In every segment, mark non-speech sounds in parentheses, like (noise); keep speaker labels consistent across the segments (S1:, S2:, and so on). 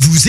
S1: Vous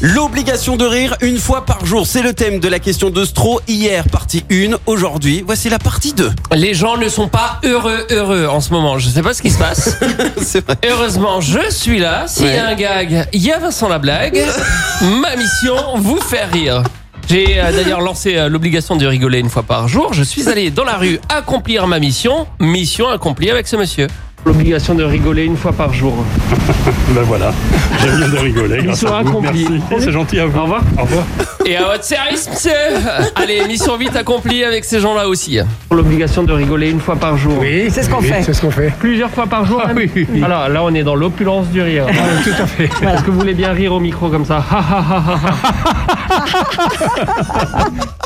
S2: L'obligation de rire une fois par jour, c'est le thème de la question de Stro. Hier, partie 1, aujourd'hui, voici la partie 2.
S3: Les gens ne sont pas heureux, heureux en ce moment. Je sais pas ce qui se passe.
S2: (laughs) C'est vrai.
S3: Heureusement, je suis là. S'il y a
S2: Ouais.
S3: un gag, il y a Vincent
S2: (laughs)
S3: la blague. Ma mission, vous faire rire. J'ai euh, d'ailleurs lancé euh, l'obligation de rigoler une fois par jour. Je suis allé dans la rue accomplir ma mission. Mission accomplie avec ce monsieur. L'obligation de rigoler une fois par jour.
S4: (laughs) Ben voilà, j'aime bien de rigoler. grâce
S3: Mission
S4: à vous.
S3: accomplie.
S4: Merci, c'est gentil à vous.
S3: Au revoir.
S4: Au revoir.
S3: Et à votre service, monsieur Allez, mission vite accomplie avec ces gens-là aussi. L'obligation de rigoler une fois par jour. Oui,
S5: C'est ce qu'on fait.
S4: C'est ce qu'on fait.
S3: plusieurs fois par jour. même.
S6: Ah
S3: Alors là, on est dans l'opulence du rire. Ah, tout
S6: (laughs)
S3: à fait. Est-ce que vous voulez bien rire au micro comme ça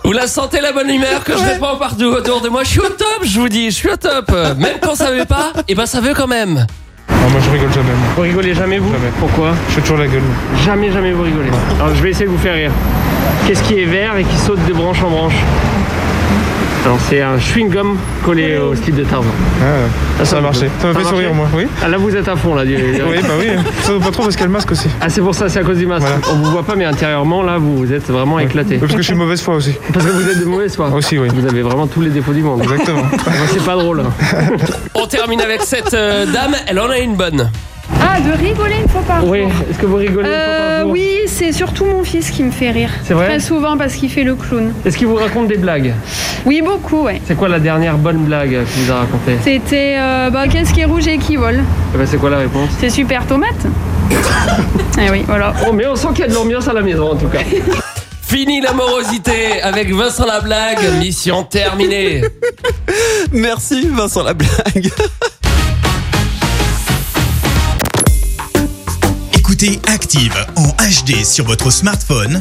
S3: Vous la sentez la bonne humeur que je répands partout autour de moi Je suis au top, je vous dis, je suis au top. Même quand ça veut pas, et ben ça veut quand même.
S4: moi je rigole jamais. moi.
S6: Vous rigolez jamais vous
S4: Jamais.
S6: Pourquoi
S4: Je fais toujours la gueule.
S6: Jamais, jamais vous rigolez. Alors je vais essayer de vous faire rire. Qu'est-ce qui est vert et qui saute de branche en branche Non, c'est un chewing-gum collé au slip de Tarzan.
S4: Ah, ça a marché. Ça m'a
S6: Ça a
S4: fait
S6: marché
S4: sourire, moi. Oui.
S6: Ah, là vous êtes à fond là. du-
S4: Oui, bah (laughs) oui. Ça pas trop parce qu'elle masque aussi.
S6: Ah c'est pour ça, c'est à cause du masque.
S4: Voilà.
S6: On vous voit pas mais intérieurement là vous, vous êtes vraiment éclaté.
S4: Parce que je suis mauvaise foi aussi.
S6: Parce que vous êtes de mauvais foi.
S4: Aussi, (laughs) oui.
S6: Vous avez vraiment tous les défauts du monde.
S4: Exactement.
S6: C'est pas drôle.
S3: (laughs) On termine avec cette euh, dame, elle en a une bonne.
S7: Ah, de rigoler une fois par
S6: Oui,
S7: jour.
S6: est-ce que vous rigolez une fois par
S7: Euh,
S6: jour
S7: oui, c'est surtout mon fils qui me fait rire.
S6: C'est vrai
S7: Très souvent parce qu'il fait le clown.
S6: Est-ce qu'il vous raconte des blagues
S7: Oui, beaucoup, ouais.
S6: C'est quoi la dernière bonne blague qu'il vous a racontée
S7: C'était euh, bah, qu'est-ce qui est rouge et qui vole
S6: Eh ben, C'est quoi la réponse
S7: C'est super tomate. ah oui, voilà.
S6: Oh mais on sent qu'il y a de l'ambiance à la maison en tout cas.
S3: (laughs) Fini l'amorosité avec Vincent la blague, mission terminée.
S2: Merci Vincent la blague.
S1: Écoutez Active en HD sur votre smartphone,